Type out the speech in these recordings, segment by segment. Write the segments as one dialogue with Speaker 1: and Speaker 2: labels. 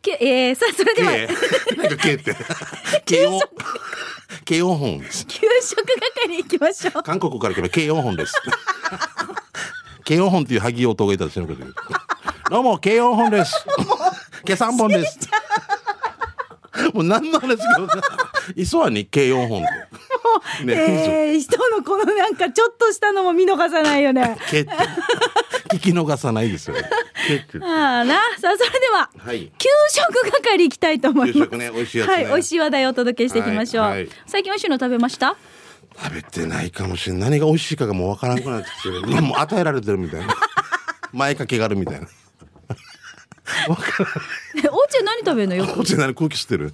Speaker 1: けえー、さあ、それでは、
Speaker 2: K なんか K って K4 K4 本です
Speaker 1: 給食係行きましょう。
Speaker 2: 韓国から来れば K4 本です K4 本っていう萩尾党がいたら知らなかったけどどうも K4 本です K3 本ですもう何の話か分からない磯はに K4 本で ね、
Speaker 1: えー、人のこのなんかちょっとしたのも見逃さないよ ね。
Speaker 2: K って聞き逃さないですよね K って
Speaker 1: ああな。さあ、それでは、
Speaker 2: はい
Speaker 1: 給食係行きたいと思います。
Speaker 2: 給食ね美味しいやつね
Speaker 1: はい、美味しい話題をお届けしていきましょう。
Speaker 2: はいはい
Speaker 1: 最近美味しいの食べました
Speaker 2: 食べてないかもしれない何が美味しいかがもう分からなくなってきてるもう与えられてるみたいな前掛けがあるみたいな
Speaker 1: えお家で何食べるのよ
Speaker 2: こっち何空気吸ってる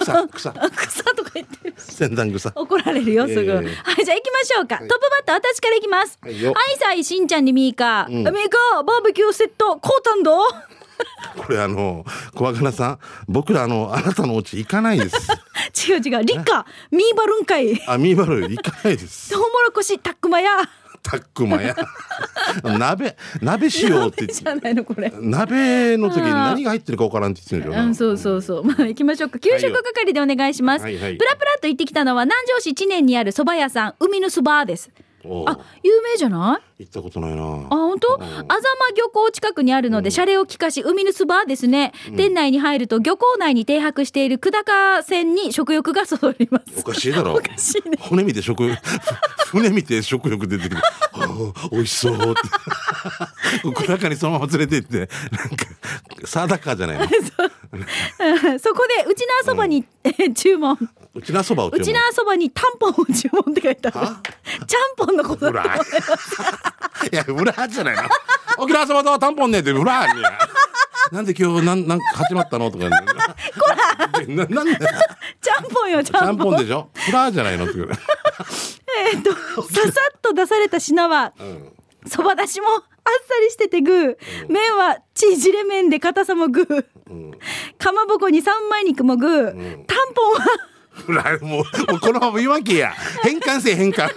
Speaker 2: 草草
Speaker 1: あ草とか言ってるし
Speaker 2: 先端草
Speaker 1: 怒られるよすぐ、
Speaker 2: ええ
Speaker 1: はいじゃあ行きましょうか、トップバッター私からいきますは
Speaker 2: はいい
Speaker 1: さ
Speaker 2: よ
Speaker 1: いしんちゃんにミーカー、ミーカーバーベキューセットコータンド
Speaker 2: これあの小若菜さん僕らあのあなたのお家行かないです
Speaker 1: 違う違うリカミーバルンカイ
Speaker 2: あミーバル行かないです
Speaker 1: トウモロコシタックマヤ
Speaker 2: タックマや鍋鍋しようって言っ
Speaker 1: じ
Speaker 2: て
Speaker 1: ゃないのこれ
Speaker 2: 鍋の時に何が入ってるか分からんって言ってるんでしょ
Speaker 1: う、
Speaker 2: うなん
Speaker 1: そうそうそう。まあ、行きましょうか。給食係でお願いします。
Speaker 2: はいはい
Speaker 1: プラプラっと行ってきたのは、南城市知念にある蕎麦屋さん、海のそばです。
Speaker 2: おう
Speaker 1: あ、有名じゃない
Speaker 2: 行ったことないな
Speaker 1: あ、本当？
Speaker 2: うん
Speaker 1: あざま漁港近くにあるので、謝礼を利かし、海のそばですね。店内に入ると、漁港内に停泊している久高船に食欲がそそります。
Speaker 2: おかしいだろ
Speaker 1: おかしいね。
Speaker 2: 骨見て食欲船見て食欲出てくるああ美味しそうって小中にそのまま連れて行ってなんかサーダカーじゃないの
Speaker 1: そこで、うちなそばに、え注文。
Speaker 2: うちなそばを
Speaker 1: うちなそばにタンポンを注文って書いてある。ちゃんぽんのこと
Speaker 2: ブ
Speaker 1: だ
Speaker 2: ラいやブラじゃないな沖縄そばとはタンポンねってブラになんで今日なんなんか始まったのとか、ね、ななんで
Speaker 1: ちゃんぽんよ、ち
Speaker 2: ち
Speaker 1: ゃ
Speaker 2: ゃ
Speaker 1: ん
Speaker 2: ん
Speaker 1: ぽ
Speaker 2: ぽ
Speaker 1: ん
Speaker 2: ん。でしょブラじゃないのって
Speaker 1: えーっと、ささっと出された品は、そばだしもあっさりしててグー、麺は縮れ麺で硬さもグー、かまぼこに三枚肉もグー、タンポンは
Speaker 2: ブラもうもうこのまま言わんけや変換せえ変換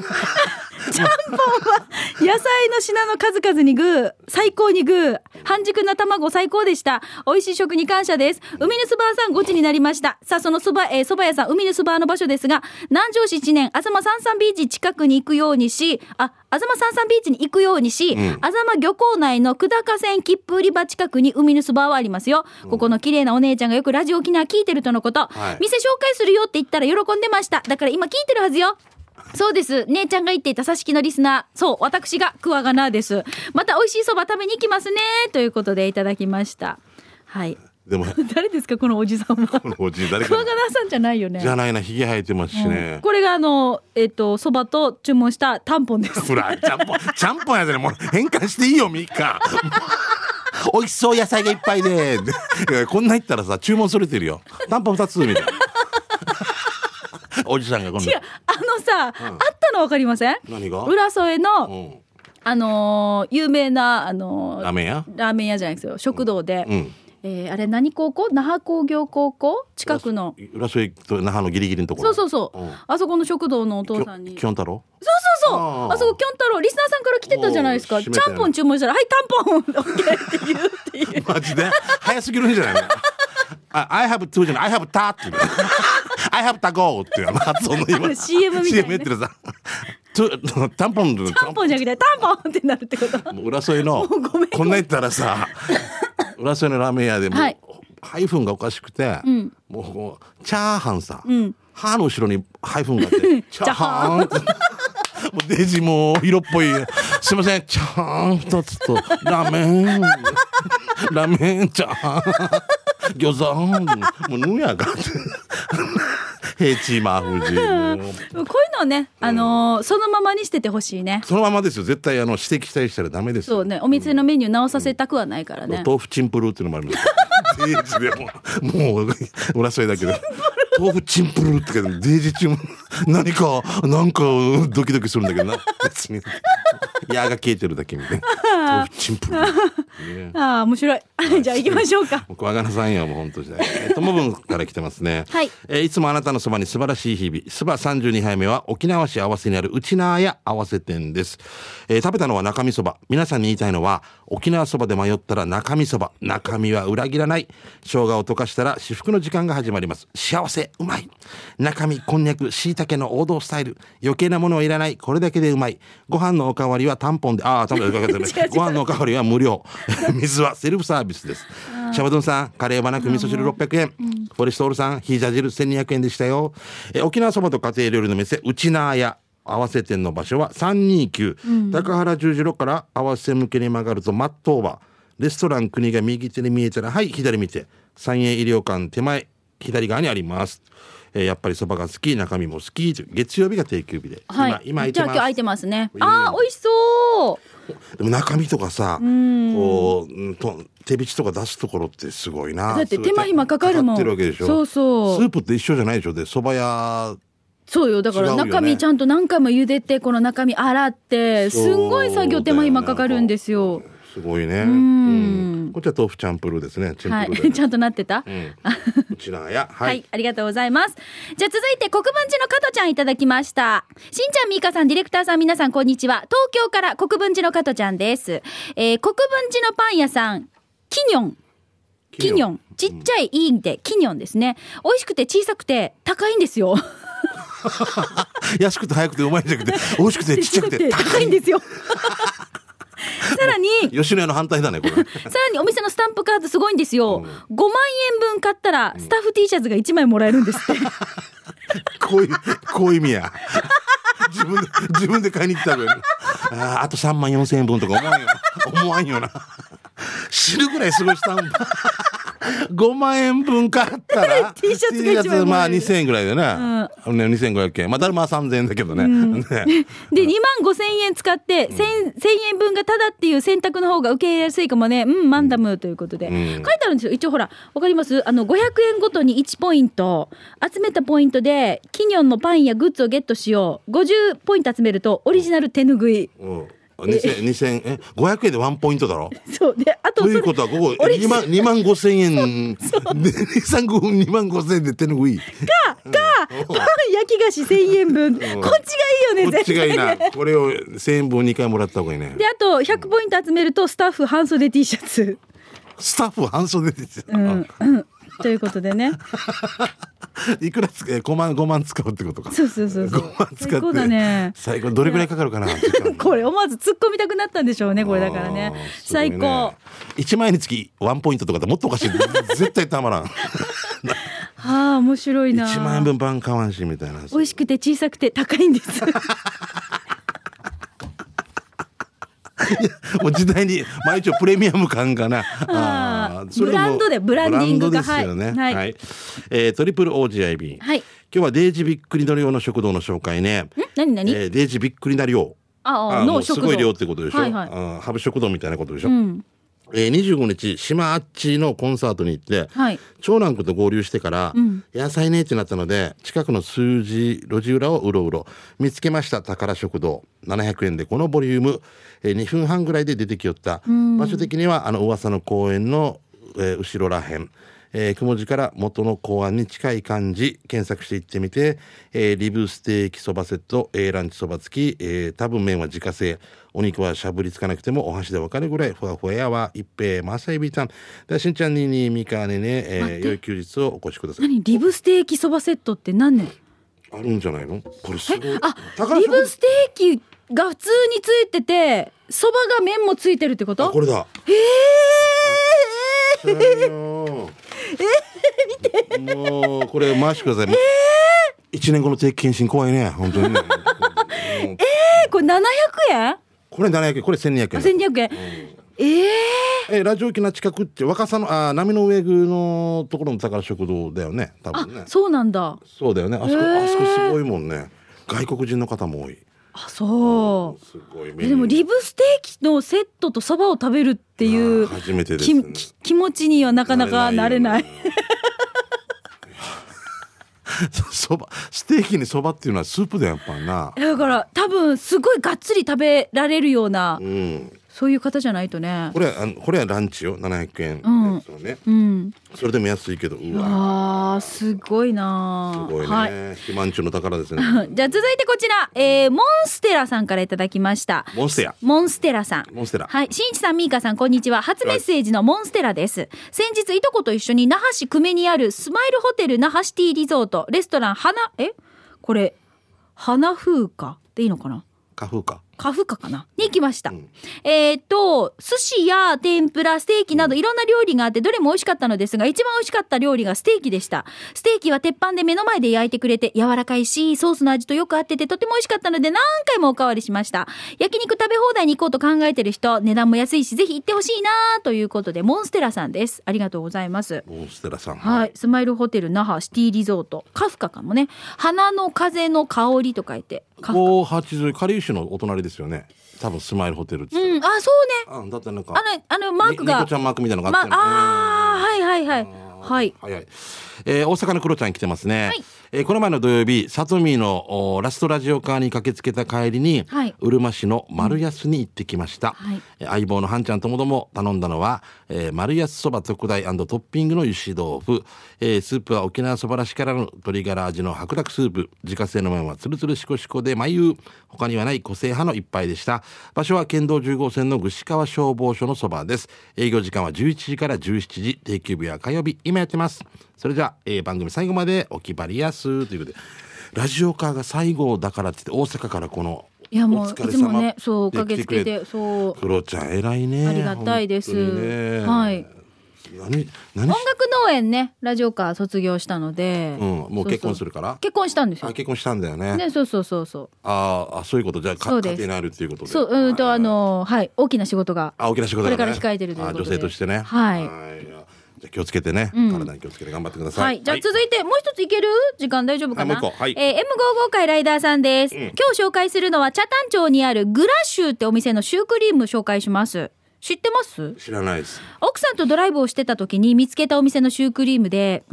Speaker 1: ちゃんぽんは野菜の品の数々にグー、最高にグー、半熟な卵最高でした。美味しい食に感謝です。海のそばさんごちになりました。さあ、そのそば、えー、そば屋さん、海のそばの場所ですが、南城市一年、あざま三三ビーチ近くに行くようにし、あ、あざま三三ビーチに行くようにし、あざま漁港内の久高線切符売り場近くに海のそばはありますよ。ここの綺麗なお姉ちゃんがよくラジオ沖縄聞いてるとのこと。
Speaker 2: はい
Speaker 1: 店紹介するよって言ったら喜んでました。だから今聞いてるはずよ。そうです。姉ちゃんが言っていた佐式のリスナー。そう、私がクワガナーです。また美味しいそば食べに行きますね。ということでいただきました。はい。
Speaker 2: でも
Speaker 1: 誰ですかこのおじさんは。
Speaker 2: このおじい 誰
Speaker 1: ク
Speaker 2: か
Speaker 1: ワガナーさんじゃないよね。
Speaker 2: じゃないなひげ生えてますしね、
Speaker 1: これがあの、えっと、そばと注文したタンポン です。
Speaker 2: ほら、ちゃんぽん、ちゃんぽんやでね、もう変換していいよ、みっか。 美味しそう、野菜がいっぱいで。でこんなん言ったらさ、注文それてるよ。タンポン二つ、みたいな。おじさんがこん
Speaker 1: 違う
Speaker 2: な。
Speaker 1: あのさ、あったのわかりません
Speaker 2: 何が
Speaker 1: 浦添の、
Speaker 2: うん。
Speaker 1: あのー有名な、あのー
Speaker 2: ラーメン屋
Speaker 1: ラーメン屋じゃないですよ食堂で、
Speaker 2: うん
Speaker 1: えーあれ何高校那覇工業高校近くの
Speaker 2: 浦添と那覇のギリギリのとこ
Speaker 1: そ
Speaker 2: ろ。
Speaker 1: うそうそう、
Speaker 2: うん
Speaker 1: あそこの食堂のお
Speaker 2: き
Speaker 1: 父さんに
Speaker 2: ょき
Speaker 1: そう
Speaker 2: ょん太郎
Speaker 1: そうそうあ
Speaker 2: あー
Speaker 1: そこきょん太郎リスナーさんから来てたじゃないです
Speaker 2: お
Speaker 1: か
Speaker 2: ー
Speaker 1: ち
Speaker 2: 閉めたよ
Speaker 1: ゃんぽん注文したら「はいタンポン OK」って言うっていう
Speaker 2: マジで早すぎるんじゃないのあ I have two じゃない I have ta って言う I have ta go っていうあの発音の
Speaker 1: あの
Speaker 2: 今
Speaker 1: CM みたいな
Speaker 2: CM やってるさ two- タンポン
Speaker 1: タンポンじゃなくてタンポンってなるってこと
Speaker 2: もう浦添の
Speaker 1: う ごめん
Speaker 2: こんな言った らさ浦添のラーメン屋でもう、
Speaker 1: はい
Speaker 2: ハイフンがおかしくて、もうこうチャーハンさ、歯の後ろにハイフン があってチャーハンってもうデジもう色っぽい「すいませんチャーハン2つとラーメンラーメンチャーハン餃子もうぬやが」 平地マフ
Speaker 1: こ
Speaker 2: ジもう
Speaker 1: ういうのをね、あのーそのままにしててほしいね
Speaker 2: そのままですよ絶対あの指摘したりしたらダメですよ
Speaker 1: そうねお店のメニュー直させたくはないからね、
Speaker 2: 豆腐チンプルーっていうのもあります。デージでも、もう、俺はそれだけど。豆腐チンプルーってけど、デージ中も、何か、なんか、ドキドキするんだけどな。別に。矢が消えてるだけみたいな。豆腐チンプルー。
Speaker 1: ああ面白いじゃあ行きましょうか。
Speaker 2: 僕わがなさんよ、もう本当に。えーともぶんから来てますね。
Speaker 1: はい
Speaker 2: えーいつもあなたのそばに素晴らしい日々。そば32杯目は沖縄市合わせにあるうちなーや合わせ店です。えー食べたのは中身そば。皆さんに言いたいのは、沖縄そばで迷ったら中身そば。中身は裏切らない。生姜を溶かしたら至福の時間が始まります。幸せ、うまい。中身、こんにゃく、椎茸の王道スタイル。余計なものはいらない。これだけでうまい。ご飯のおかわりはタンポンで、ああ、タンポンでおかわりです
Speaker 1: 違う違う
Speaker 2: ご飯のおかわりは 無料。水はセルフサービスです。シャバドゥンさん、カレーはなく味噌汁600円。フォレストオールさん、ヒージャー汁1200円でしたよ。え沖縄そばと家庭料理の店、うちなーや。合わせ店の場所は329、高原十字路から合わせ向けに曲がるとマットオーバーレストラン国が右手に見えたらはい左見て三栄医療館手前左側にあります、えーやっぱりそばが好き中身も好きという月曜日が定休日で、
Speaker 1: はい。
Speaker 2: 今今空
Speaker 1: じ
Speaker 2: いて
Speaker 1: ゃあ今日空
Speaker 2: ま
Speaker 1: いてますね
Speaker 2: い。いね
Speaker 1: ああ、美味しそう。
Speaker 2: すでも中身とかさこううんと手引きとか出すところってすごいな
Speaker 1: だって手間暇かかるもん
Speaker 2: かってるわけでしょ
Speaker 1: そうそう
Speaker 2: スープって一緒じゃないでしょでそば屋
Speaker 1: そうよ。だか
Speaker 2: 違
Speaker 1: ら
Speaker 2: うよね
Speaker 1: 中身ちゃんと何回も茹でて、この中身洗って、
Speaker 2: そう
Speaker 1: すんごい作業手間暇かかるんですよ。
Speaker 2: すごいね
Speaker 1: ん
Speaker 2: うんこっちは豆腐チャンプルーですねチンプル
Speaker 1: は
Speaker 2: ーで、
Speaker 1: い。ちゃんとなってた、
Speaker 2: うん、うちらや、
Speaker 1: は、
Speaker 2: はいい。
Speaker 1: ありがとうございます。じゃあ続いて国分寺の加藤ちゃんいただきました。しんちゃん、みーかさん、ディレクターさん、皆さん、こんにちは。東京から国分寺の加藤ちゃんです。えー、国分寺のパン屋さん、キニョン。キニョン。ちっちゃいいいんで、キニョンですね。美味しくて小さくて高いんです よ。
Speaker 2: 安くて早くてうまいじゃなくて、美味しくてちっちゃ くて。
Speaker 1: 高いんですよ。 さらに、
Speaker 2: 吉野家の反対だね、これ。
Speaker 1: さらにお店のスタンプカードすごいんですよ。5万円分買ったら、スタッフ T シャツが1枚もらえるんです って。
Speaker 2: こういう、こういう意味や。自分で、自分で買いに来たのに。あーあと3万4千円分とか思わんよ。思わんよな。死ぬぐらい過ごしたんだ。5万円分買った ら
Speaker 1: T シャツが一番
Speaker 2: まあ
Speaker 1: もらえる
Speaker 2: 2000円ぐらいでね,、ね2500円まあだるまは3000円だけどね,、ね
Speaker 1: で、2万5千円使って、1000、1000円分がただっていう選択の方が受け入れやすいかもね。うん、マンダムということで。書いてあるんですよ。一応ほら、わかりますあの、500円ごとに1ポイント。集めたポイントで、キニョンのパンやグッズをゲットしよう。50ポイント集めると、オリジナル手ぬぐい。
Speaker 2: うん2000 2000え500円でワンポイント だろ
Speaker 1: そう。で、あと
Speaker 2: と
Speaker 1: それ、
Speaker 2: いうことは、ここ
Speaker 1: オリジ
Speaker 2: 2
Speaker 1: ナ
Speaker 2: 万、2万5千円。で、2、3、5分2万5千円で手の上。
Speaker 1: ルパン焼き菓子1000円分。こっちがいいよね、
Speaker 2: こっちがいいな
Speaker 1: 絶対ね。
Speaker 2: これを1000円分2回もらった方がいいね
Speaker 1: で、。あと、100ポイント集めると、スタッフ半袖 T シャツ。
Speaker 2: スタッフ半袖ですよ。
Speaker 1: ということでね。
Speaker 2: いくらつけ、5万、5万使うってことか。
Speaker 1: そうそうそうそう。
Speaker 2: 5万使
Speaker 1: 最高だ
Speaker 2: っ
Speaker 1: ね
Speaker 2: て。。最後、どれくらいかかるかな時間
Speaker 1: これ思わず突っ込みたくなったんでしょうね、これだからね
Speaker 2: あー。すごい
Speaker 1: 最
Speaker 2: ね
Speaker 1: 高。
Speaker 2: 1枚につきワンポイントとかってもっとおかしい。絶対たまらん。
Speaker 1: ああ、面白いな。
Speaker 2: 1万円分晩買わんし、みたいな。
Speaker 1: 美味しくて小さくて高いん です。
Speaker 2: もう時代に、毎日プレミアム感かな。
Speaker 1: あー
Speaker 2: ーそれも
Speaker 1: ブランドでブランディングが
Speaker 2: ブランドですよね。
Speaker 1: は
Speaker 2: はいい。えートリプル OGIB。
Speaker 1: はい。
Speaker 2: 今日はデイジびっくりの量の食堂の紹介ね。
Speaker 1: 何何
Speaker 2: えーデイジびっくりな量。
Speaker 1: ああ、
Speaker 2: も
Speaker 1: の
Speaker 2: うす
Speaker 1: 食
Speaker 2: ごい量
Speaker 1: 堂
Speaker 2: っ。てことでしょ。
Speaker 1: はいはい
Speaker 2: あーハブ食堂みたいなことでしょ。
Speaker 1: うん。
Speaker 2: えー、25日、島あっちのコンサートに行って、
Speaker 1: はい
Speaker 2: 長男君と合流してから、
Speaker 1: ん
Speaker 2: 野菜ねえってなったので、近くの数字、路地裏をうろうろ、見つけました、宝食堂。700円でこのボリューム、えー、2分半ぐらいで出てきよった。場所的には、あの、噂の公園の、えー後ろらへん。えー、雲寺から元の公安に近い感じ検索していってみて、えーリブステーキそばセット、えーランチそば付き、えー多分麺は自家製お肉はしゃぶりつかなくてもお箸でわかるぐらいふわふわやわ一平マサエビタンでしんちゃんににみかねね、え
Speaker 1: 待っ
Speaker 2: ー
Speaker 1: て
Speaker 2: 良い休日をお越しください
Speaker 1: 何リブステーキそばセットって何ね
Speaker 2: あるんじゃないのこれすごい
Speaker 1: あ
Speaker 2: 宝、
Speaker 1: リ
Speaker 2: 食
Speaker 1: ブステーキが普通についてて、そばが麺もついてるってこと
Speaker 2: あこれだ
Speaker 1: ええ
Speaker 2: えー、見てもうこれ回してください、一年後の定期検診怖いね本当 にねうん
Speaker 1: えこれ700円
Speaker 2: これ700円これ1200円
Speaker 1: ?1200 円。ええ
Speaker 2: えーラジオ機の近くって若さのあー波の上宮のところの宝食堂だよね多分ね
Speaker 1: あ、そうなんだ。
Speaker 2: そうだよねあそこ、
Speaker 1: へー
Speaker 2: あそこすごいもんね外国人の方も多い
Speaker 1: あ、そう。
Speaker 2: すごいメニュー
Speaker 1: でもリブステーキのセットとそばを食べるってい
Speaker 2: あ
Speaker 1: う
Speaker 2: ー初めてです
Speaker 1: き
Speaker 2: ね
Speaker 1: き気持ちにはなかなかなれない
Speaker 2: よね そばステーキにそばっていうのはスープだよやっぱな
Speaker 1: だから多分すごいがっつり食べられるような
Speaker 2: うん
Speaker 1: そういう方じゃないとね
Speaker 2: これはあのこれはランチよ700円、
Speaker 1: うん
Speaker 2: そうね
Speaker 1: うん
Speaker 2: それでも安いけどうわ
Speaker 1: あーすごいな
Speaker 2: すごいね、
Speaker 1: は
Speaker 2: 肥満中の宝ですね
Speaker 1: じゃあ続いてこちら、えー、モンステラさんからいただきました
Speaker 2: モンステラ
Speaker 1: モンステラさん
Speaker 2: モンステラ
Speaker 1: はい。しんいちさん、みーかさん、こんにちは。初メッセージのモンステラです。先日、いとこと一緒に那覇市久米にあるスマイルホテル那覇シティリゾート、レストラン花、えこれ、花風花でいいのかな
Speaker 2: 花風か
Speaker 1: 花風花かなに行きました。
Speaker 2: ん
Speaker 1: えーっと、寿司や天ぷら、ステーキなどいろんな料理があって、どれも美味しかったのですが、一番美味しかった料理がステーキでした。ステーキは鉄板で目の前で焼いてくれて、柔らかいし、ソースの味とよく合ってて、とても美味しかったので、何回もおかわりしました。焼肉食べ放題に行こうと考えてる人、値段も安いし、ぜひ行ってほしいなということで、モンステラさんです。ありがとうございます。
Speaker 2: モンステラさん
Speaker 1: はい、スマイルホテル那覇シティリゾートカフカかもね花の風の香りと書いてカフカ
Speaker 2: 580カリウシのお隣ですよね多分スマイルホテルって、
Speaker 1: うんあそうね
Speaker 2: あだってなんか
Speaker 1: あの、あの、マークが。
Speaker 2: ニコちゃんマークみたいなのが
Speaker 1: ま
Speaker 2: あ
Speaker 1: あ
Speaker 2: って、
Speaker 1: あー、はいはいはい。はい。
Speaker 2: はいはい。えー大阪のクロちゃん来てますね。
Speaker 1: はい
Speaker 2: えーこの前の土曜日、さとみーのおーラストラジオカーに駆けつけた帰りに、
Speaker 1: はいう
Speaker 2: るま市の丸安に行ってきました。
Speaker 1: はい
Speaker 2: えー相棒のはんちゃんともども頼んだのは、えー丸安そば特大トッピングの油脂豆腐、えースープは沖縄そばらしからぬ鶏ガラ味の白濁スープ自家製の麺はつるつるしこしこで眉他にはない個性派の一杯でした場所は県道10号線の串川消防署のそばです営業時間は11時から17時定休日は火曜日今やってますそれじゃあ、えー番組最後までお気張りやすということでラジオカーが最後だからって言って大阪からこの
Speaker 1: いやもう
Speaker 2: お疲れ様
Speaker 1: いつもねそう
Speaker 2: で来くれ
Speaker 1: 駆けつけてそう
Speaker 2: クロちゃん偉いね
Speaker 1: ありがたいです
Speaker 2: 本当にね
Speaker 1: はい
Speaker 2: 何何
Speaker 1: 音
Speaker 2: し
Speaker 1: 楽農園ね、ラジオカー卒業したので。
Speaker 2: うんもう結婚す
Speaker 1: る。
Speaker 2: るから
Speaker 1: 結婚したんですよ
Speaker 2: あ。結婚したんだよね
Speaker 1: ね、そうそうそうそう。
Speaker 2: あーあそういうことじゃあか
Speaker 1: そうで
Speaker 2: 家
Speaker 1: す
Speaker 2: 庭にあるっていうことで
Speaker 1: そう、うんと、
Speaker 2: はい
Speaker 1: あの、はい、大きな仕事が。
Speaker 2: あ大きな仕
Speaker 1: こ
Speaker 2: 事だ
Speaker 1: れ
Speaker 2: ね
Speaker 1: から控えてるということで。
Speaker 2: あ女性としてね
Speaker 1: はい。
Speaker 2: いやじゃあ気をつけてね、体に気をつけて頑張ってください
Speaker 1: はい。じゃあ続いて、もう一ついける時間大丈夫かな
Speaker 2: あもう一個はい
Speaker 1: えー M55 回ライダーさんです。今日紹介するのは、茶谷町にあるグラシューってお店のシュークリーム紹介します。知ってます
Speaker 2: 知らないです
Speaker 1: 奥さんとドライブをしてた時に見つけたお店のシュークリームで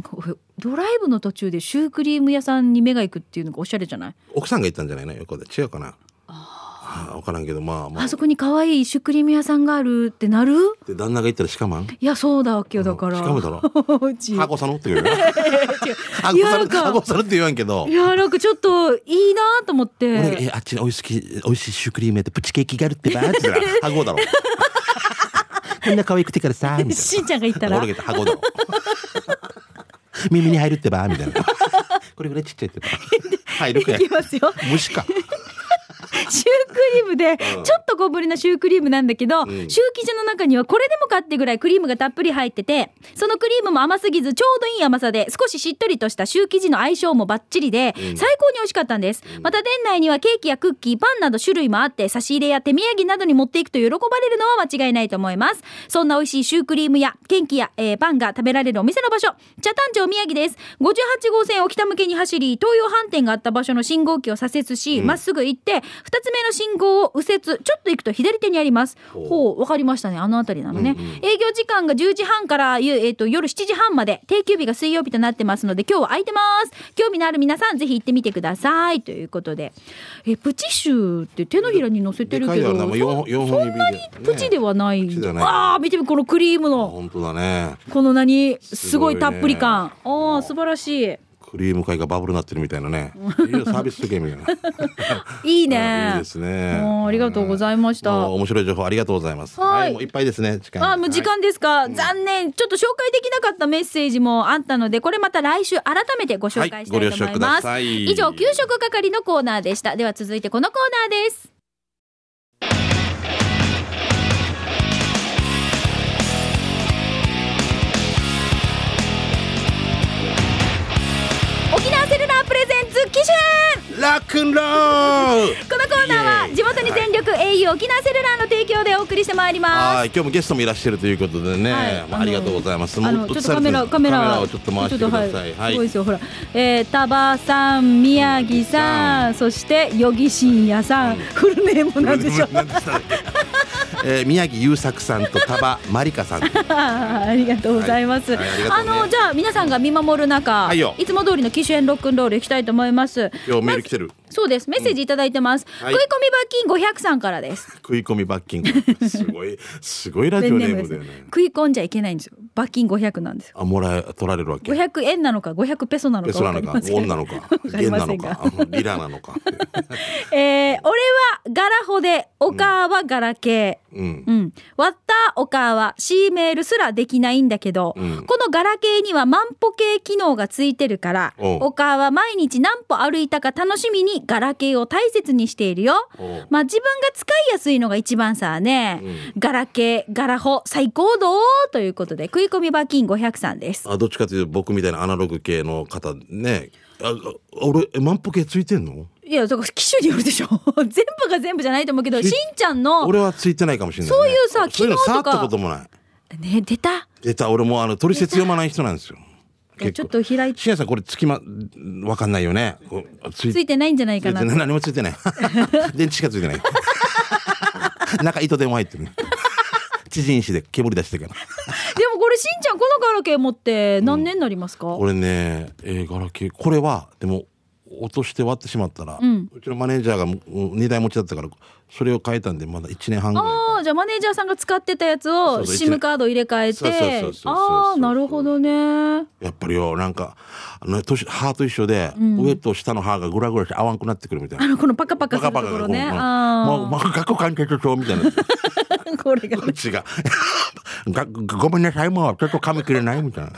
Speaker 1: ドライブの途中でシュークリーム屋さんに目が行くっていうのがおしゃれじゃない
Speaker 2: 奥さんが言ったんじゃないの横で違うかなああ分からんけどまあまあ
Speaker 1: あそこに可愛いシュークリーム屋さんがあるってなる
Speaker 2: で旦那が言ったらしかまん
Speaker 1: いやそうだっけよだから
Speaker 2: しかも だろ
Speaker 1: うち
Speaker 2: ハゴさのって言うよねハゴさ
Speaker 1: いやな
Speaker 2: の
Speaker 1: んか
Speaker 2: ハゴさのって言わんけど
Speaker 1: いやなんかちょっといいなと思っ
Speaker 2: 俺が
Speaker 1: て
Speaker 2: えあっちに美味しき美味しいシュークリームやってプチケーキがあるってばーって言ったらハ ゴだろこんな可愛くてからさーみたいな
Speaker 1: しんちゃんが言ったら
Speaker 2: 転げて箱だろ耳に入るってばみたいなこれぐらいちっちゃいってば入るか
Speaker 1: い
Speaker 2: や
Speaker 1: きますよ
Speaker 2: 虫か
Speaker 1: シュークリームで、ちょっと小ぶりなシュークリームなんだけど、シュー生地の中にはこれでもかってぐらいクリームがたっぷり入ってて、そのクリームも甘すぎずちょうどいい甘さで、少ししっとりとしたシュー生地の相性もバッチリで、最高に美味しかったんです。また店内にはケーキやクッキー、パンなど種類もあって、差し入れや手土産などに持っていくと喜ばれるのは間違いないと思います。そんな美味しいシュークリームや、ケーキや、えーパンが食べられるお店の場所、茶炭町宮城です。58号線を北向けに走り、東洋飯店があった場所の信号機を左折し、まっすぐ行って、二つ目の信号を右折、ちょっと行くと左手にあります。ほう、わかりましたね。あの辺りなのね。営業時間が10時半から、ゆえーと、夜7時半まで、定休日が水曜日となってますので、今日は空いてます。興味のある皆さん、ぜひ行ってみてください。ということで。え、プチシューって手のひらに乗せてるけど、
Speaker 2: でかいだろうなもう四本四本指で
Speaker 1: そんなにプチではない。
Speaker 2: ねプチではない
Speaker 1: ああ、見てみ、このクリームの、
Speaker 2: 本当だね
Speaker 1: この何、すごい
Speaker 2: すごいね
Speaker 1: たっぷり感。ああ、素晴らしい。
Speaker 2: クリーム界がバブルになってるみたい なねいいよサービスゲームみたい
Speaker 1: いい
Speaker 2: な
Speaker 1: ね。
Speaker 2: いいですね
Speaker 1: もうありがとうございました
Speaker 2: うんもう面白い情報ありがとうございます
Speaker 1: はい
Speaker 2: もういっぱいですね時間
Speaker 1: あもう時間ですか、残念ちょっと紹介できなかったメッセージもあったのでこれまた来週改めてご紹介したいと思
Speaker 2: はい
Speaker 1: い
Speaker 2: ご了承
Speaker 1: ま
Speaker 2: くだ
Speaker 1: す、
Speaker 2: さい
Speaker 1: 以上給食係のコーナーでしたでは続いてこのコーナーです沖縄セルラープレゼンツ機種
Speaker 2: はいラックンロール
Speaker 1: このコーナー
Speaker 2: イエ
Speaker 1: は
Speaker 2: イ
Speaker 1: 地元に全力 au 沖縄セルラーの提供でお送りしてまいります
Speaker 2: はい今日もゲストもいらっしゃるということでね、
Speaker 1: はい
Speaker 2: まあ、ありがとうございます
Speaker 1: あ
Speaker 2: も
Speaker 1: の
Speaker 2: う
Speaker 1: ちょ
Speaker 2: 映
Speaker 1: っと
Speaker 2: さ
Speaker 1: カ
Speaker 2: れて
Speaker 1: メ
Speaker 2: る
Speaker 1: ラカメラ
Speaker 2: カメラをちょっと回してくださ
Speaker 1: ちょ
Speaker 2: い
Speaker 1: っと
Speaker 2: は
Speaker 1: すごい
Speaker 2: い
Speaker 1: ですよほら、えー、タバさん宮城さんそしてヨギシンヤさん、フルネームなんでしょう
Speaker 2: 何でしたっけ えー宮城優作さんと多バマリカさ ん
Speaker 1: ありがとうございます、
Speaker 2: はいはいありがとうね
Speaker 1: のじゃあ皆さんが見守る中、
Speaker 2: はいよ
Speaker 1: つも通りの機種編ロックンロールいきたいと思います
Speaker 2: 今日メール来てる
Speaker 1: そうです。メッセージいただいてます。
Speaker 2: はい
Speaker 1: 食い込み罰金500さんからです。
Speaker 2: 食い込み罰金。すごい、すごいラジオネームだよね。
Speaker 1: 食い込んじゃいけないんですよ。罰金500なんですよ。
Speaker 2: あ、もらえ、取られるわけ。
Speaker 1: 500円なのか500ペソなの
Speaker 2: ペ
Speaker 1: か
Speaker 2: ソ
Speaker 1: わ
Speaker 2: な
Speaker 1: か
Speaker 2: の
Speaker 1: りま
Speaker 2: か、
Speaker 1: せん
Speaker 2: ウォンなのか、ゲンなのか、リラなのか。
Speaker 1: えー、俺はガラホで、おかはガラケー。
Speaker 2: うん。
Speaker 1: うん。割ったおかは C メールすらできないんだけど、
Speaker 2: うん
Speaker 1: このガラケーには万歩計機能がついてるから、
Speaker 2: おう
Speaker 1: おかは毎日何歩歩いたか楽しみにガラケーを大切にしているよ。
Speaker 2: おう
Speaker 1: まあ自分が使いやすいのが一番さね、
Speaker 2: うん
Speaker 1: ガラケー、ガラホ、最高度ということで、食い込み罰金500さんです。
Speaker 2: あどっちかというと僕みたいなアナログ系の方ねああ俺え万歩計ついてんの
Speaker 1: いや、だから機種によるでしょ。全部が全部じゃないと思うけど、し
Speaker 2: し
Speaker 1: んちゃんの、
Speaker 2: 俺はついてないかもしれない、ね、
Speaker 1: そういうさ
Speaker 2: そういうの
Speaker 1: 機能
Speaker 2: 触
Speaker 1: と
Speaker 2: っ
Speaker 1: か
Speaker 2: たこともない
Speaker 1: ね、出た。
Speaker 2: 出た俺もうあの取説読まない人なんですよ
Speaker 1: じゃあちょっ
Speaker 2: 構
Speaker 1: と開いて、
Speaker 2: 信也さんこれつきまわかんないよねこうつ
Speaker 1: ついてないんじゃない
Speaker 2: つ
Speaker 1: か
Speaker 2: い
Speaker 1: な
Speaker 2: て。 ない何もついてない電池しかついて ない中糸でも入ってるね 知人誌で煙出してから
Speaker 1: でもこれしんちゃんこのガラケー持って何年になりますか、
Speaker 2: これね、えー、ガラケーこれはでも落として割ってしまったら、うちのマネージャーが2台持ちだったからそれを変えたんでまだ1年半ぐらい
Speaker 1: ああじゃあマネージャーさんが使ってたやつ
Speaker 2: そ
Speaker 1: を
Speaker 2: うそう
Speaker 1: SIM カード入れ替え
Speaker 2: そうそうそうそう
Speaker 1: て
Speaker 2: そう
Speaker 1: ああなるほどね
Speaker 2: やっぱりよなんかあの年歯と一緒で、上と下の歯がグラグラして合わんくなってくるみたい
Speaker 1: あ
Speaker 2: な。
Speaker 1: のこのパカパカ
Speaker 2: バ
Speaker 1: する
Speaker 2: カ
Speaker 1: と
Speaker 2: バ
Speaker 1: こ
Speaker 2: カが
Speaker 1: ろ
Speaker 2: こう
Speaker 1: ね
Speaker 2: うん
Speaker 1: あ
Speaker 2: もう、もう、学校関係者長みたいな。こ
Speaker 1: あこれが
Speaker 2: っちが。 がごめんなさい、もう、ちょっと噛み切れないみたいな。
Speaker 1: や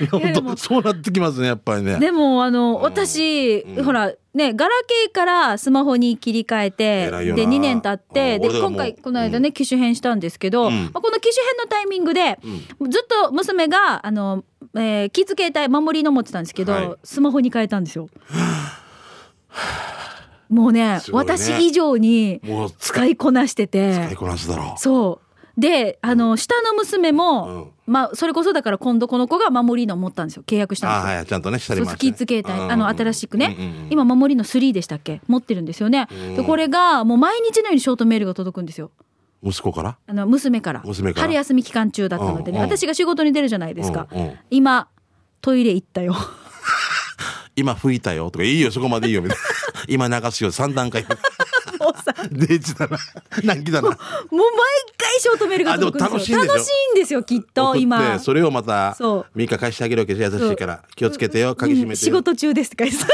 Speaker 1: で
Speaker 2: 本
Speaker 1: も
Speaker 2: 当、 そうなってきますね、やっぱりね。
Speaker 1: でもあの私、ほらねガラケーからスマホに切り替えて
Speaker 2: 偉いよな
Speaker 1: で2年経って
Speaker 2: うん俺
Speaker 1: で
Speaker 2: らも
Speaker 1: 今回この間ね機種変したんですけど、
Speaker 2: うん
Speaker 1: まあ、この機種変のタイミングで、ずっと娘があの、えー、キッズ携帯守りの持ってたんですけど、
Speaker 2: はい
Speaker 1: スマホに変えたんですよ。もうね
Speaker 2: すごいね
Speaker 1: 私以上に
Speaker 2: もう使
Speaker 1: 使いこなしてて。
Speaker 2: いこなすだろ
Speaker 1: そう。で、あの、下の娘も、まあ、それこそだから今度この子が守りの持ったんですよ。契約し
Speaker 2: う。
Speaker 1: たん
Speaker 2: あ
Speaker 1: ですよ。
Speaker 2: はい、ちゃんとね、下に
Speaker 1: そう
Speaker 2: 回
Speaker 1: ス
Speaker 2: し
Speaker 1: キ
Speaker 2: て
Speaker 1: ッズ携帯、あの、新しくね、
Speaker 2: うんうんうん
Speaker 1: 今、守りの3でしたっけ持ってるんですよね。で、これが、もう毎日のようにショートメールが届くんですよ。
Speaker 2: 息子から
Speaker 1: あの、娘から。
Speaker 2: 娘から
Speaker 1: 春休み期間中だったのでね、
Speaker 2: うんうん
Speaker 1: 私が仕事に出るじゃないですか。
Speaker 2: うんうん
Speaker 1: 今、トイレ行 ったよ。
Speaker 2: 今吹いたよとか、いいよ、そこまでいいよ、みたいな。 今流すよ、3段階。
Speaker 1: もうさ、
Speaker 2: デイジだな。難儀だな。
Speaker 1: もう毎回ショートメールが届くんですよ。
Speaker 2: あでも楽
Speaker 1: 楽し
Speaker 2: しいんでしょ
Speaker 1: いんですよ、きっ
Speaker 2: 送っ
Speaker 1: と、
Speaker 2: て
Speaker 1: 今。
Speaker 2: それをまた
Speaker 1: そう
Speaker 2: ミカ返してあげるわけじゃ優しいから気をつけてよ鍵閉めてよ、
Speaker 1: うん仕事中ですって書いて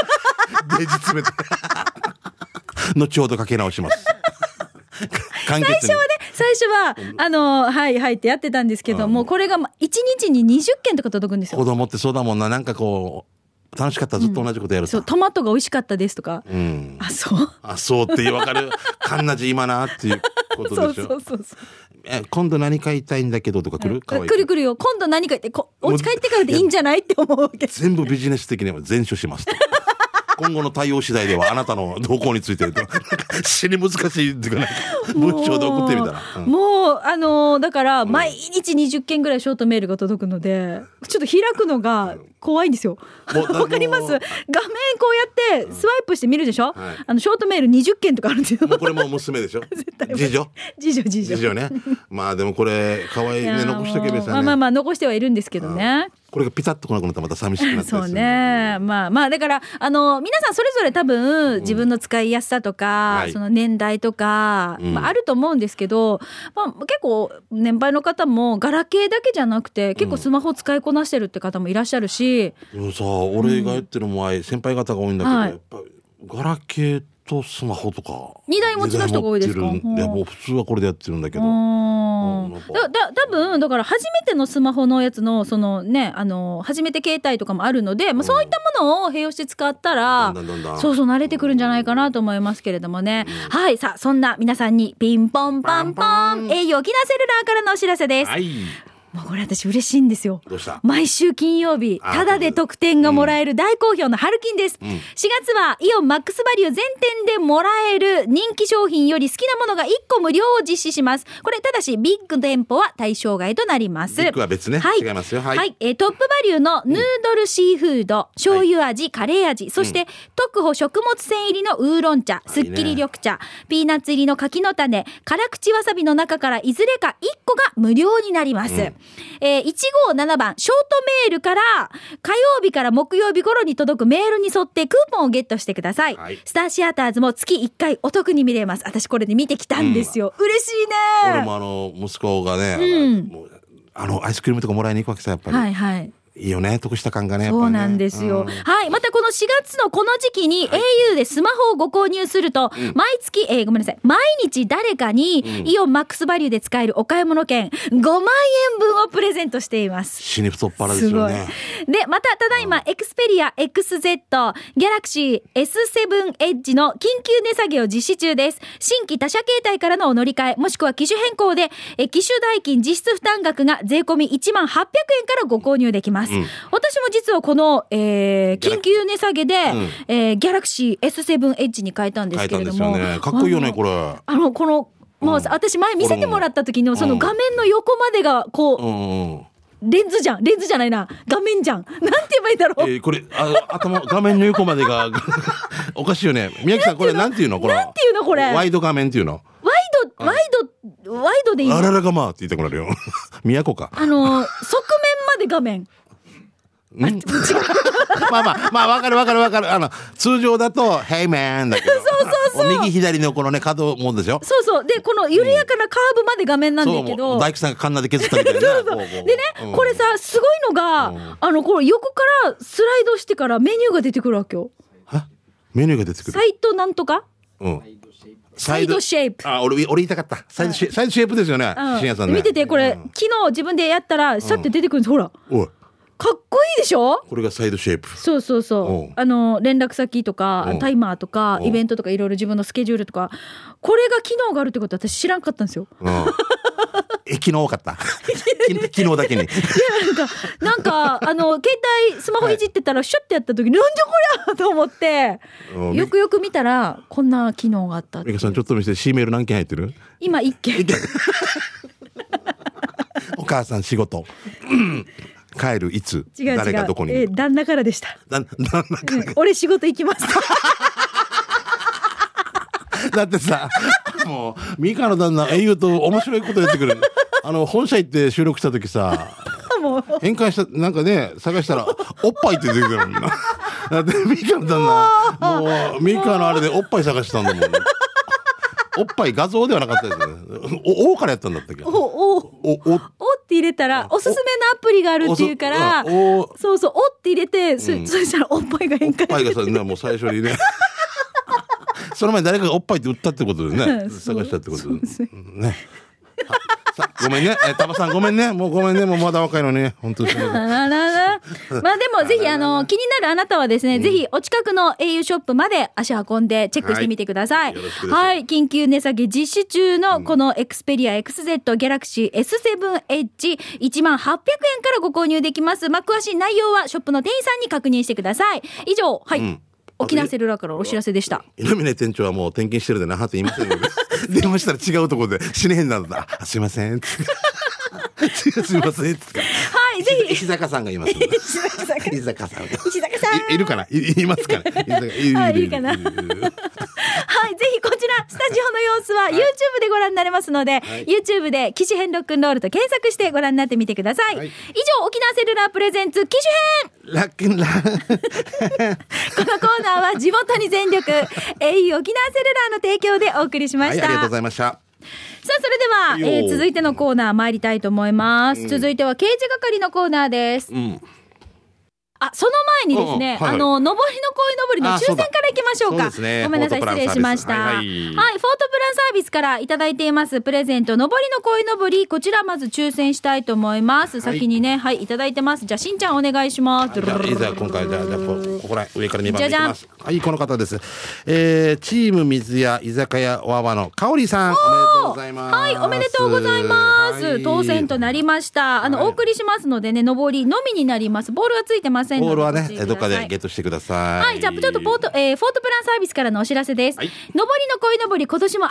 Speaker 1: た。
Speaker 2: デイジ詰めて 後ほどかけ直し ます簡潔に
Speaker 1: 最初は、あの、はいはいってやってたんですけど、もうこれがま1日に20件とか届くんです
Speaker 2: 子
Speaker 1: よ。
Speaker 2: 供ってそうだもんななんかこう楽しかったらずっと同じことやる
Speaker 1: そ
Speaker 2: さ
Speaker 1: う、トマトが美味しかったですとか。
Speaker 2: うん、
Speaker 1: あ、そう。
Speaker 2: あそうって分か るカンナジ今なっていうこと
Speaker 1: そう
Speaker 2: でしょ
Speaker 1: そうそうそう。
Speaker 2: え今度何か言いたいんだけどとか来る、可愛い
Speaker 1: くるくるよ。今度何か言って、こお家帰ってからでいいんじゃないって思うわけ。
Speaker 2: 全部ビジネス的には全処 しますと今後の対応次第ではあなたの動向 についてと死に難しいっていうかね文章で送ってみたら、うん
Speaker 1: もう、あのーだから、毎日20件ぐらいショートメールが届くので、ちょっと開くのが怖いんですよ。
Speaker 2: もう
Speaker 1: わかります画面こうやって、スワイプして見るでしょ、
Speaker 2: はい
Speaker 1: あの、ショートメール20件とかあるんですよ
Speaker 2: も。 うこれもう娘でしょ次女
Speaker 1: 次女、次女
Speaker 2: 次。女ねまあでもこれ可愛い
Speaker 1: いや
Speaker 2: ね
Speaker 1: ー
Speaker 2: 残しとけば
Speaker 1: ま
Speaker 2: さ
Speaker 1: あまあ
Speaker 2: ね
Speaker 1: まあ残してはいるんですけどね。
Speaker 2: これがピタッと来なくなったらまた寂しくなった
Speaker 1: そ
Speaker 2: り
Speaker 1: う
Speaker 2: する
Speaker 1: ね。まあまあ、だから、あの、皆さんそれぞれ多分、自分の使いやすさとか
Speaker 2: は、い
Speaker 1: その年代とか、
Speaker 2: うん
Speaker 1: まああると思うんですけど、まあ結構、年配の方も、ガラケーだけじゃなくて、結構スマホ使いこなしてるって方もいらっしゃるし、
Speaker 2: でもさ俺がやってる前、先輩方が多いんだけど、
Speaker 1: はい
Speaker 2: やっぱガラケーとスマホとか
Speaker 1: 二台持ちの人が多いですか
Speaker 2: 二台持ってるん
Speaker 1: うん
Speaker 2: いやもう普通はこれでやってるんだけ
Speaker 1: う
Speaker 2: ど、
Speaker 1: ん
Speaker 2: うん
Speaker 1: だ、だ、多分、だから初めてのスマホのやつの、そのね、あの、初めて携帯とかもあるので、まあそういったものを併用して使ったら、
Speaker 2: だんだんだんだん
Speaker 1: そうそう慣れてくるんじゃないかなと思いますけれどもね。はい。さあ、そんな皆さんにピンポンパンポ
Speaker 2: パン
Speaker 1: ン、
Speaker 2: ポン
Speaker 1: 栄養沖縄セルラーからのお知らせです。
Speaker 2: はい
Speaker 1: もうこれ私嬉しいんですよ。
Speaker 2: どうした
Speaker 1: 毎週金曜日、
Speaker 2: あ
Speaker 1: ただで特典がもらえる大好評のハルキンです。4月はイオンマックスバリュー全店でもらえる人気商品より好きなものが1個無料を実施します。これ、ただし、ビッグ店舗は対象外となります。
Speaker 2: ビッグは別ね違いますよ
Speaker 1: は、
Speaker 2: はいい
Speaker 1: えートップバリューのヌードルシーフード、醤油味、カレー味、そして、特保食物繊維入りのウーロン茶、すっきり緑茶、ピーナッツ入りの柿の種、辛口わさびの中からいずれか1個が無料になります。
Speaker 2: うん
Speaker 1: えー、157番、ショートメールから、火曜日から木曜日頃に届くメールに沿ってクーポンをゲットしてください。
Speaker 2: はい
Speaker 1: スターシアターズも月1回お得に見れます。私これで見てきたんですよ。嬉しいね
Speaker 2: 俺もあの息子がね、
Speaker 1: うん
Speaker 2: もうあのアイスクリームとかもらいに行くわけさやっぱり、
Speaker 1: はい
Speaker 2: い、
Speaker 1: はい。
Speaker 2: いよね得した感がねやっぱ
Speaker 1: そ
Speaker 2: りね
Speaker 1: うなんですよ。
Speaker 2: うん
Speaker 1: はい。またこの4月のこの時期に au でスマホをご購入すると、毎月、えーごめんなさい。毎日誰かに、イオンマックスバリューで使えるお買い物券5万円分をプレゼントしています。
Speaker 2: 死に太っ腹ですよね
Speaker 1: すごい。で、また、ただいま、エクスペリア XZ、ギャラクシー S7 エッジの緊急値下げを実施中です。新規他社携帯からのお乗り換え、もしくは機種変更で、え機種代金実質負担額が税込み1万800円からご購入できます。私も実はこの、えー
Speaker 2: ギャラ
Speaker 1: 緊急値下げで、
Speaker 2: ん
Speaker 1: えーギャラクシー S7 エッジに変えたんです
Speaker 2: 変え
Speaker 1: け
Speaker 2: た
Speaker 1: れ
Speaker 2: んで
Speaker 1: ど
Speaker 2: すよ
Speaker 1: も。
Speaker 2: ねかっこいいよ
Speaker 1: あ
Speaker 2: ね
Speaker 1: の
Speaker 2: これ
Speaker 1: あの、この、もう私前見せてもらった時のその画面の横までがこう、
Speaker 2: うんうん
Speaker 1: レンズじゃん。レンズじゃないな。画面じゃん。なんて言えばいいんだろう。
Speaker 2: えーこれあ頭画面の横までが おかしいよね宮城さんこれなんていうのこれ
Speaker 1: なんていうのこれ
Speaker 2: ワイド画面っていうの
Speaker 1: ワイド、ワイド、ワイドでいいの
Speaker 2: あら
Speaker 1: あ
Speaker 2: らがまあって言ってこられるよ 宮古か
Speaker 1: の、側面まで画面。
Speaker 2: んまあまあまあわかるわかるわかるあの通常だと「Hey man」だけど
Speaker 1: そうそうそう
Speaker 2: 右左のこのね角もんでしょ
Speaker 1: そうそう。で、この緩やかなカーブまで画面なんだけ
Speaker 2: そうも
Speaker 1: ど。
Speaker 2: う大工さんがカンナで削ったみたい な
Speaker 1: そうそう
Speaker 2: こうこう
Speaker 1: でね、
Speaker 2: うん
Speaker 1: これさ、すごいのが、
Speaker 2: うん
Speaker 1: あの、これ横からスライドしてからメニューが出てくるわけよ。
Speaker 2: はメニューが出てくる
Speaker 1: サイトなんとか
Speaker 2: うん
Speaker 1: サイドシェイプ。
Speaker 2: あ俺俺言いたかったサイドシェイプサイドシェイプですよね
Speaker 1: うん
Speaker 2: 深夜さんね
Speaker 1: 見てて、これ、昨日自分でやったら、さって出てくるんです。ほら、
Speaker 2: おい
Speaker 1: かっこいいでしょ
Speaker 2: これがサイドシェイプ
Speaker 1: そうそう
Speaker 2: お
Speaker 1: そうう。あの、連絡先とか
Speaker 2: う、ん
Speaker 1: タイマーとか、
Speaker 2: うん
Speaker 1: イベントとか、いろいろ自分のスケジュールとか、これが機能があるってこと私知らんかったんですよ。
Speaker 2: うん え昨日多かったき昨日 だけに
Speaker 1: なん か、あの、携帯、スマホいじってたら、シュッてやった時、なんじゃこりゃと思って
Speaker 2: う、ん
Speaker 1: よくよく見たら、こんな機能があったって
Speaker 2: 美。香さんちょっと見せて C メール何件入って る
Speaker 1: 今、一件。
Speaker 2: お母さん仕事帰るいつ
Speaker 1: 違う違う。
Speaker 2: 誰がどこに、
Speaker 1: えー旦那からでした。
Speaker 2: だだ
Speaker 1: うん俺仕事行き ます。
Speaker 2: だってさもう美香の旦那英雄と面白いことやってくるあの本社行って収録した時さ
Speaker 1: もう。
Speaker 2: 変換したなんかね探したら「おっぱい」って出てくるもんなだってミカの旦那もうミカのあれでおっぱい探したんだもんおっぱい画像ではなかったですねお「お」からやったんだったっけ
Speaker 1: お、お、
Speaker 2: おお
Speaker 1: おって入れたら、おすすめのアプリがあるっていうから、
Speaker 2: おお
Speaker 1: そうそう、おって入れて、そそしたら、おっぱいが変
Speaker 2: お
Speaker 1: 化
Speaker 2: っぱいがさなもう最初にねその前に誰かがおっぱいって売ったってこと
Speaker 1: う
Speaker 2: でね
Speaker 1: んそう
Speaker 2: 探したってこと
Speaker 1: そうです
Speaker 2: ねねはさごめんねえタバさんごめんねもうごめんねもうまだ若いのにね本当にすみません
Speaker 1: あらららまあでもぜひあの気になるあなたはですね、ぜひお近くの au ショップまで足運んでチェックしてみてください。はい
Speaker 2: は
Speaker 1: い、
Speaker 2: よろしくです
Speaker 1: 緊急値下げ実施中のこの Xperia XZ ギャラクシー S7 エッジ1万800円からご購入できます。まあ詳しい内容はショップの店員さんに確認してください。以上、はい、沖縄セルラーからお知らせでした。
Speaker 2: イルミネ店長はもう転勤してるでなはって言いませんよね。電話したら違うところで死ねへんなんだ。あすいません。すいません。
Speaker 1: はい、ぜひ
Speaker 2: 石坂さんがいます。 石坂さん。
Speaker 1: 石坂さん。
Speaker 2: いいるかないいますかね石
Speaker 1: あ
Speaker 2: 坂
Speaker 1: いるかなはい、ぜひこちら、スタジオの様子は YouTube でご覧になれますので、
Speaker 2: い
Speaker 1: YouTube で機種編ロックンロールと検索してご覧になってみてください。
Speaker 2: は
Speaker 1: 以
Speaker 2: い
Speaker 1: 上、沖縄セルラープレゼンツ機種編
Speaker 2: ラッキンラン。
Speaker 1: このコーナーは地元に全力、au 沖縄セルラーの提供でお送りしま
Speaker 2: はい、
Speaker 1: し
Speaker 2: あり
Speaker 1: た。
Speaker 2: がとうございました。
Speaker 1: さあ、それでは、
Speaker 2: いい
Speaker 1: え
Speaker 2: よ
Speaker 1: ー続いてのコーナー参りたいと思います。続いては刑事係のコーナーです。
Speaker 2: うん。
Speaker 1: あ、その前にですね、
Speaker 2: うんうんはいはい
Speaker 1: あの、上りの鯉上りの抽選からいきましょうか。
Speaker 2: あそうだそうですね
Speaker 1: ごめんなさい、
Speaker 2: フォ
Speaker 1: 失
Speaker 2: ートプラン
Speaker 1: 礼しました。
Speaker 2: サー
Speaker 1: は、
Speaker 2: ビスはいい
Speaker 1: フォートプランサービスからいただいていますプレゼント、上りの鯉上り、こちらまず抽選したいと思います。
Speaker 2: はい
Speaker 1: 先にね、はい、いただいてます。じゃあ、しんちゃんお願いします。
Speaker 2: じゃあ、いざ今回じゃあじゃあこここら上から2番
Speaker 1: じ
Speaker 2: 目
Speaker 1: ゃ
Speaker 2: い
Speaker 1: じ
Speaker 2: き
Speaker 1: ゃん
Speaker 2: ます。はい、この方です。えー、チーム水屋居酒屋わわの香里さん、おめでとうございます。
Speaker 1: はい、おめでとうございます。
Speaker 2: はい
Speaker 1: 当選となりました。あの、
Speaker 2: はい
Speaker 1: お送りしますのでね、上りのみになります。ボールはついてません
Speaker 2: オ
Speaker 1: の
Speaker 2: ールは
Speaker 1: で
Speaker 2: ね
Speaker 1: ご注意ください
Speaker 2: どっかでゲットしてください
Speaker 1: はい、じゃあ、ちょっとポート、えーフォートプランサービスからのお知らせです。
Speaker 2: はい
Speaker 1: 上りの鯉のぼり、今年もあ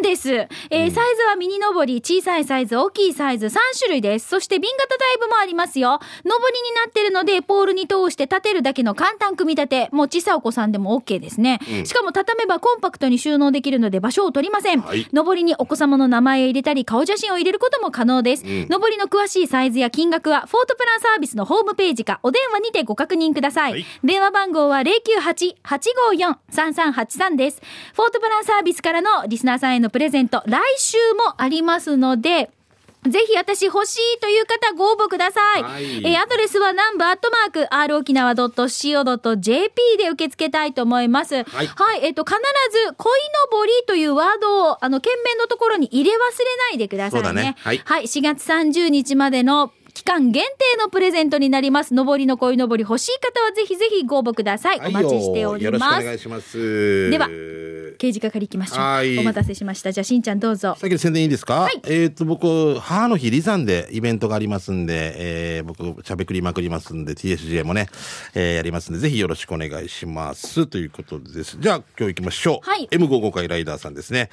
Speaker 1: るんです。えーサイズはミニ上り、小さいサイズ、大きいサイズ、3種類です。そして、瓶型タイプもありますよ。上りになってるので、ポールに通して立てるだけの簡単組み立て。もう小さいお子さんでも OK ですね。しかも、畳めばコンパクトに収納できるので、場所を取りません。
Speaker 2: はい
Speaker 1: 上りにお子様の名前を入れたり、顔写真を入れることも可能です。
Speaker 2: ん
Speaker 1: 上りの詳しいサイズや金額は、フォートプランサービスのホームページか、お電話にてご確認ください。
Speaker 2: はい
Speaker 1: 電話番号は098-854-3383です。フォートプランサービスからのリスナーさんへのプレゼント、来週もありますので、ぜひ私欲しいという方ご応募ください。
Speaker 2: はい
Speaker 1: えーアドレスは南部アットマーク r 沖縄 .co.jp で受け付けたいと思います。はい。
Speaker 2: い
Speaker 1: えっ、と、必ず、恋のぼりというワードを、あの、件名のところに入れ忘れないでくださいね。
Speaker 2: そうだねはい
Speaker 1: はい、4月30日までの期間限定のプレゼントになります。上りのこいのぼり欲しい方はぜひぜひご応募ください。お待ちしており
Speaker 2: よろしくお
Speaker 1: ま
Speaker 2: 願
Speaker 1: す。
Speaker 2: いします
Speaker 1: では刑事係行きましょう。
Speaker 2: はい
Speaker 1: お待たせしました。じゃあ、しんちゃんどうぞ。
Speaker 2: さっきの宣伝いいですか、
Speaker 1: い
Speaker 2: えっ、と、僕、母の日、リザンでイベントがありますんで、えー、僕、しゃべくりまくりますんで、TSJ もね、えーやりますんで、ぜひよろしくお願いします。ということです。じゃあ、今日行きましょう。
Speaker 1: はい
Speaker 2: M55 回ライダーさんですね。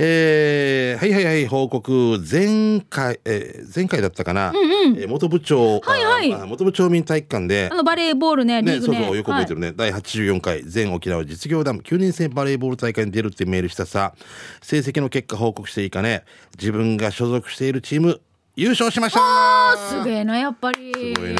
Speaker 2: えー、はいはいはい、報告、前回、えー、前回だったかな、えー元部長、
Speaker 1: はいはい
Speaker 2: あー元部長民体育館で
Speaker 1: あ、の、バレーボールね、リ
Speaker 2: ね
Speaker 1: ーグ
Speaker 2: そう
Speaker 1: ね。
Speaker 2: そうよく覚えてるね、第84回全沖縄実業団9人制バレーボール大会に出るってメールしたさ成績の結果報告していいかね自分が所属しているチーム優勝しました
Speaker 1: はいすげえな、やっぱり。
Speaker 2: すごいね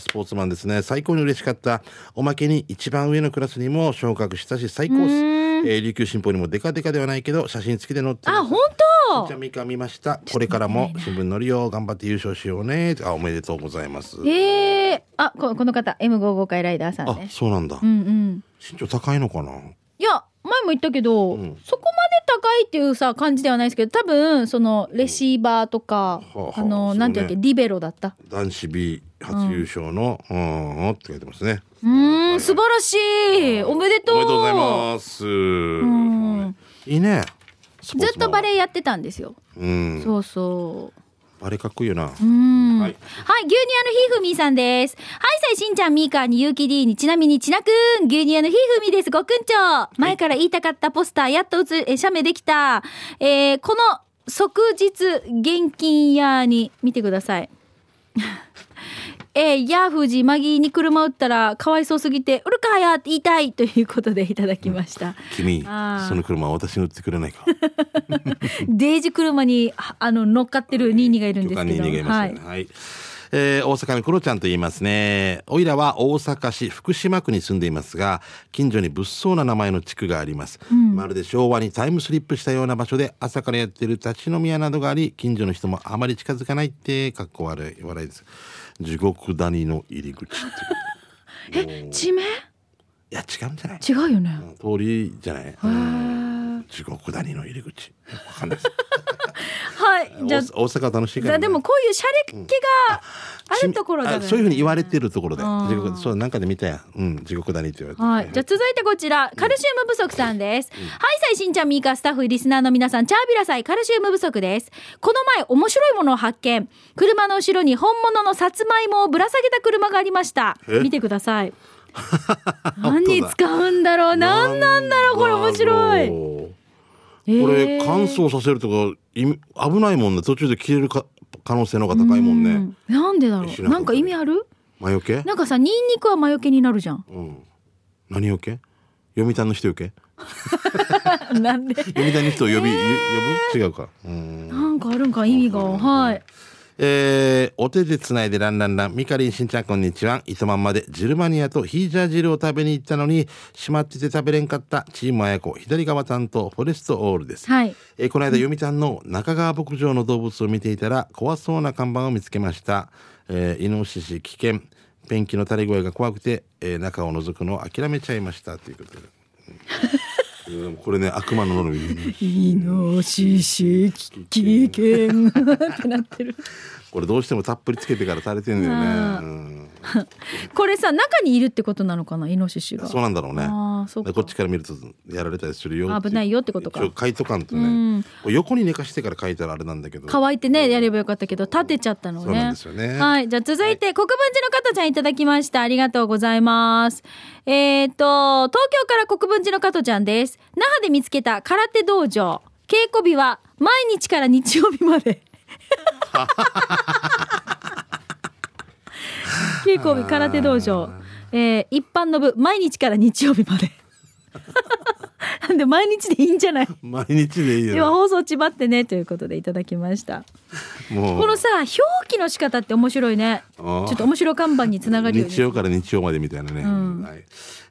Speaker 2: スポーツマンですね最高に嬉しかったおまけに一番上のクラスにも昇格したし最高っす、えー琉球新報にもデカデカではないけど写真付きで載って
Speaker 1: あ、
Speaker 2: ます
Speaker 1: 本
Speaker 2: じゃ
Speaker 1: 当
Speaker 2: あみか見ましたこれからも新聞載るよ頑張って優勝しようねあおめでとうございます
Speaker 1: えー、あ、ここの方、M55 回ライダーさん
Speaker 2: あ
Speaker 1: ね。
Speaker 2: そうなんだ、
Speaker 1: うんうん。
Speaker 2: 身長高いのかない
Speaker 1: や、前も言ったけど、
Speaker 2: ん
Speaker 1: そこまで高いっていうさ、感じではないですけど、多分、その、レシーバーとか、
Speaker 2: うんはあはあ
Speaker 1: あの、なんていうわけ、
Speaker 2: そう
Speaker 1: リベロだった。
Speaker 2: 男子 B 初優勝の、うーん、って書いてますね。
Speaker 1: うーん、素晴らしい。おめでとう。
Speaker 2: おめでとうございます。
Speaker 1: ん
Speaker 2: いいね。スポ
Speaker 1: ず
Speaker 2: ー
Speaker 1: っ
Speaker 2: ツマン
Speaker 1: とバレーやってたんですよ。
Speaker 2: うん。
Speaker 1: そうそう。
Speaker 2: バレーかっこいいよな。
Speaker 1: うん。は
Speaker 2: はいい、
Speaker 1: 牛乳のひふみさんです。はい、さいしんちゃん、みーかーに、ゆうきりーに、ちなみに、ちなくーん、牛乳のひふみです、ごくんちょう。前から言いたかったポスター、やっとうつ、え、写メできた。えーこの、即日現金屋に、見てください。 えー、ヤーフジ、マギーに車売ったら、かわいそうすぎて、うるかーやーって言いたいということでいただきました。
Speaker 2: 君、
Speaker 1: あー
Speaker 2: その車は私に売ってくれないか。
Speaker 1: デージ車に、ああの、乗っかってるニーニーがいるん
Speaker 2: 許
Speaker 1: です
Speaker 2: 可
Speaker 1: け
Speaker 2: に
Speaker 1: ど。
Speaker 2: 逃げますよね。はい。えー大阪のクロちゃんと言いますね。おいらは大阪市福島区に住んでいますが、近所に物騒な名前の地区があります。まるで昭和にタイムスリップしたような場所で朝からやってる立ち飲み屋などがあり、近所の人もあまり近づかないって、かっこ悪い、笑いです。地獄谷の入り口っていう。
Speaker 1: え、地名
Speaker 2: いや、違うんじ ゃない
Speaker 1: 違うよね。
Speaker 2: 通りじゃないうん地獄谷の入り口。わかんないです。
Speaker 1: はい。 じゃあ、
Speaker 2: 大阪は楽しいか
Speaker 1: じゃ
Speaker 2: ら、
Speaker 1: あ
Speaker 2: ね。
Speaker 1: でもこういうシャレっ気があるところだよ
Speaker 2: あ
Speaker 1: ね。
Speaker 2: そういうふうに言われてるところで
Speaker 1: うん
Speaker 2: 地獄そうなんかで見たやうん地獄だねって言われて、
Speaker 1: はい。じゃあ続いてこちら、カルシウム不足さんです。はい、最新ちゃん、ミーカースタッフ、リスナーの皆さん、チャービラ祭、カルシウム不足です。この前、面白いものを発見。車の後ろに本物のさつまいもをぶら下げた車がありました。
Speaker 2: え
Speaker 1: 見てくださ い。何
Speaker 2: 本当だ
Speaker 1: に使うんだろう何なんだろうこれ面白い。
Speaker 2: こ
Speaker 1: えー
Speaker 2: れ乾燥させるとかい危ないもんね途中で消えるか可能性の方が高いもん
Speaker 1: う
Speaker 2: ね
Speaker 1: んなんでだろ
Speaker 2: 知
Speaker 1: う
Speaker 2: らな
Speaker 1: な
Speaker 2: かっ
Speaker 1: んか
Speaker 2: た
Speaker 1: 意味ある
Speaker 2: 魔除け。
Speaker 1: なんかさ、ニンニクは魔除けになるじゃん
Speaker 2: うん何よけ読谷の人よけ
Speaker 1: なんで
Speaker 2: 読谷の人を呼び、呼ぶ違うかうん
Speaker 1: なんかあるんか意味が。はい。
Speaker 2: えー、お手でつないでランランラン、ミカリンしんちゃんこんにちは。糸まんまでジルマニアとヒージャー汁を食べに行ったのに、しまってて食べれんかったチームあやこ、左側担当、フォレストオールです。
Speaker 1: はい。
Speaker 2: えーこの間、読谷の中川牧場の動物を見ていたら、怖そうな看板を見つけました。えー、イノシシ危険、ペンキの垂れ声が怖くて、えー中を覗くのを諦めちゃいました。ということで。うん うんこれね、悪魔の呪い。
Speaker 1: イノシシ危険 ってなってる。
Speaker 2: これどうしてもたっぷりつけてから垂れてんだよね。うん
Speaker 1: これさ、中にいるってことなのかな、イノシシが。
Speaker 2: そうなんだろうね。
Speaker 1: ああ、そうか
Speaker 2: こっちから見るとやられたりするよ
Speaker 1: 危ないよってことか
Speaker 2: 一応書いとかんと
Speaker 1: うん
Speaker 2: ねこう横に寝かしてから書いたらあれなんだけど
Speaker 1: 乾いてねやればよかったけど立てちゃったのね
Speaker 2: そうなんですよね
Speaker 1: はいじゃあ続いて、国分寺の加藤ちゃんいただきましたありがとうございますえっ、と東京から国分寺の加藤ちゃんです那覇で見つけた空手道場稽古日は毎日から日曜日ま で稽古日空手道場えー一般の部毎日から日曜日ま でなんで毎日でいいんじゃない
Speaker 2: 毎日でいい
Speaker 1: では
Speaker 2: よ
Speaker 1: 放送ちばってねということでいただきました
Speaker 2: も
Speaker 1: こ
Speaker 2: う
Speaker 1: のさ表記の仕方って面白いねち
Speaker 2: あ
Speaker 1: ょ
Speaker 2: あ
Speaker 1: っと面白看板につながるように
Speaker 2: 日曜から日曜までみたいなね、はい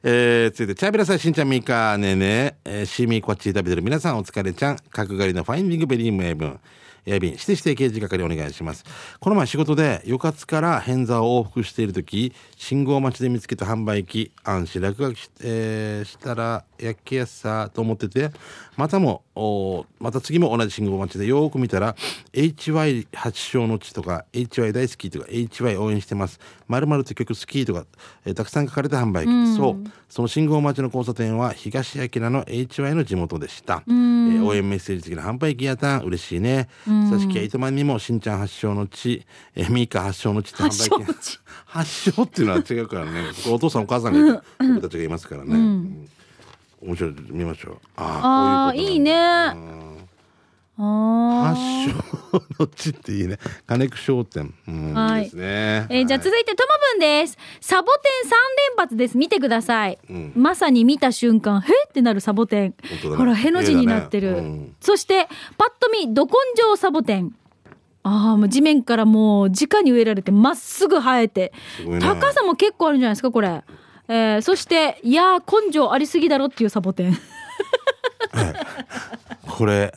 Speaker 2: えー、続いてチャービラさんしんちゃんみーかねえねえ、えー、シーミーこっち食べてる皆さんお疲れちゃん角刈りのファインディングベリームエブンエビン指定指定刑事係お願いしますこの前仕事で余活から偏座を往復している時信号待ちで見つけた販売機安心落書きし,、えーしたら焼けやすさと思っててまたもおーまた次も同じ信号待ちでよーく見たら HY 発祥の地とか HY 大好きとか HY 応援してますまるまるって曲好きとか、えーたくさん書かれた販売機、そうその信号待ちの交差点は東明の HY の地元でした、えー応援メッセージ的な販売機やたん嬉しいねさしきや糸満にもしんちゃん発祥の地、えー、ミーカ発祥の地って販売
Speaker 1: 発
Speaker 2: 機
Speaker 1: 祥の地
Speaker 2: 発祥っていうのは違うからねこれお父さんお母さんが僕たちがいますからね、面白い見ましょうあ
Speaker 1: あ
Speaker 2: あ
Speaker 1: あ
Speaker 2: こういうことなんだ
Speaker 1: いいねああ
Speaker 2: 発祥の地っていいね金久商店うん、
Speaker 1: はい
Speaker 2: い、いですね
Speaker 1: えーじゃあ続いてともぶんですサボテン3連発です見てください、
Speaker 2: ん
Speaker 1: まさに見た瞬間へってなるサボテン、
Speaker 2: 本当だね
Speaker 1: ほらへの字になってる、
Speaker 2: へだねうん
Speaker 1: そしてパッと見ど根性サボテンああもう地面からもう直に植えられてまっすぐ生えて、
Speaker 2: すごいね
Speaker 1: 高さも結構あるんじゃないですかこれ、えーそしていやー根性ありすぎだろっていうサボテン
Speaker 2: これ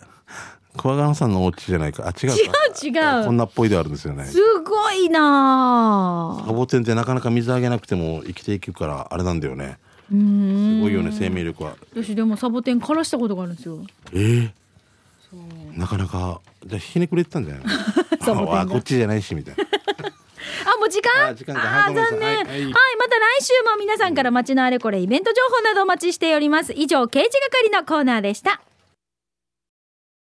Speaker 2: 桑川さんのお家じゃないかあ違うか
Speaker 1: 違う違う
Speaker 2: こんなっぽいであるんですよね
Speaker 1: すごいな
Speaker 2: サボテンってなかなか水あげなくても生きていくからあれなんだよねすごいよね生命力は
Speaker 1: ー私でもサボテン枯らしたことがあるんですよ
Speaker 2: えーなかなかじゃあひねくれてたんじ ゃないの
Speaker 1: サボテンが
Speaker 2: あこっちじゃないしみたいな
Speaker 1: あ、もう時間
Speaker 2: あ時間か
Speaker 1: あ
Speaker 2: は
Speaker 1: ー
Speaker 2: いごめんなさ
Speaker 1: 残
Speaker 2: い
Speaker 1: 念。は、
Speaker 2: はいいはい
Speaker 1: また来週も皆さんから街のあれこれイベント情報などお待ちしております。以上、刑事係のコーナーでした。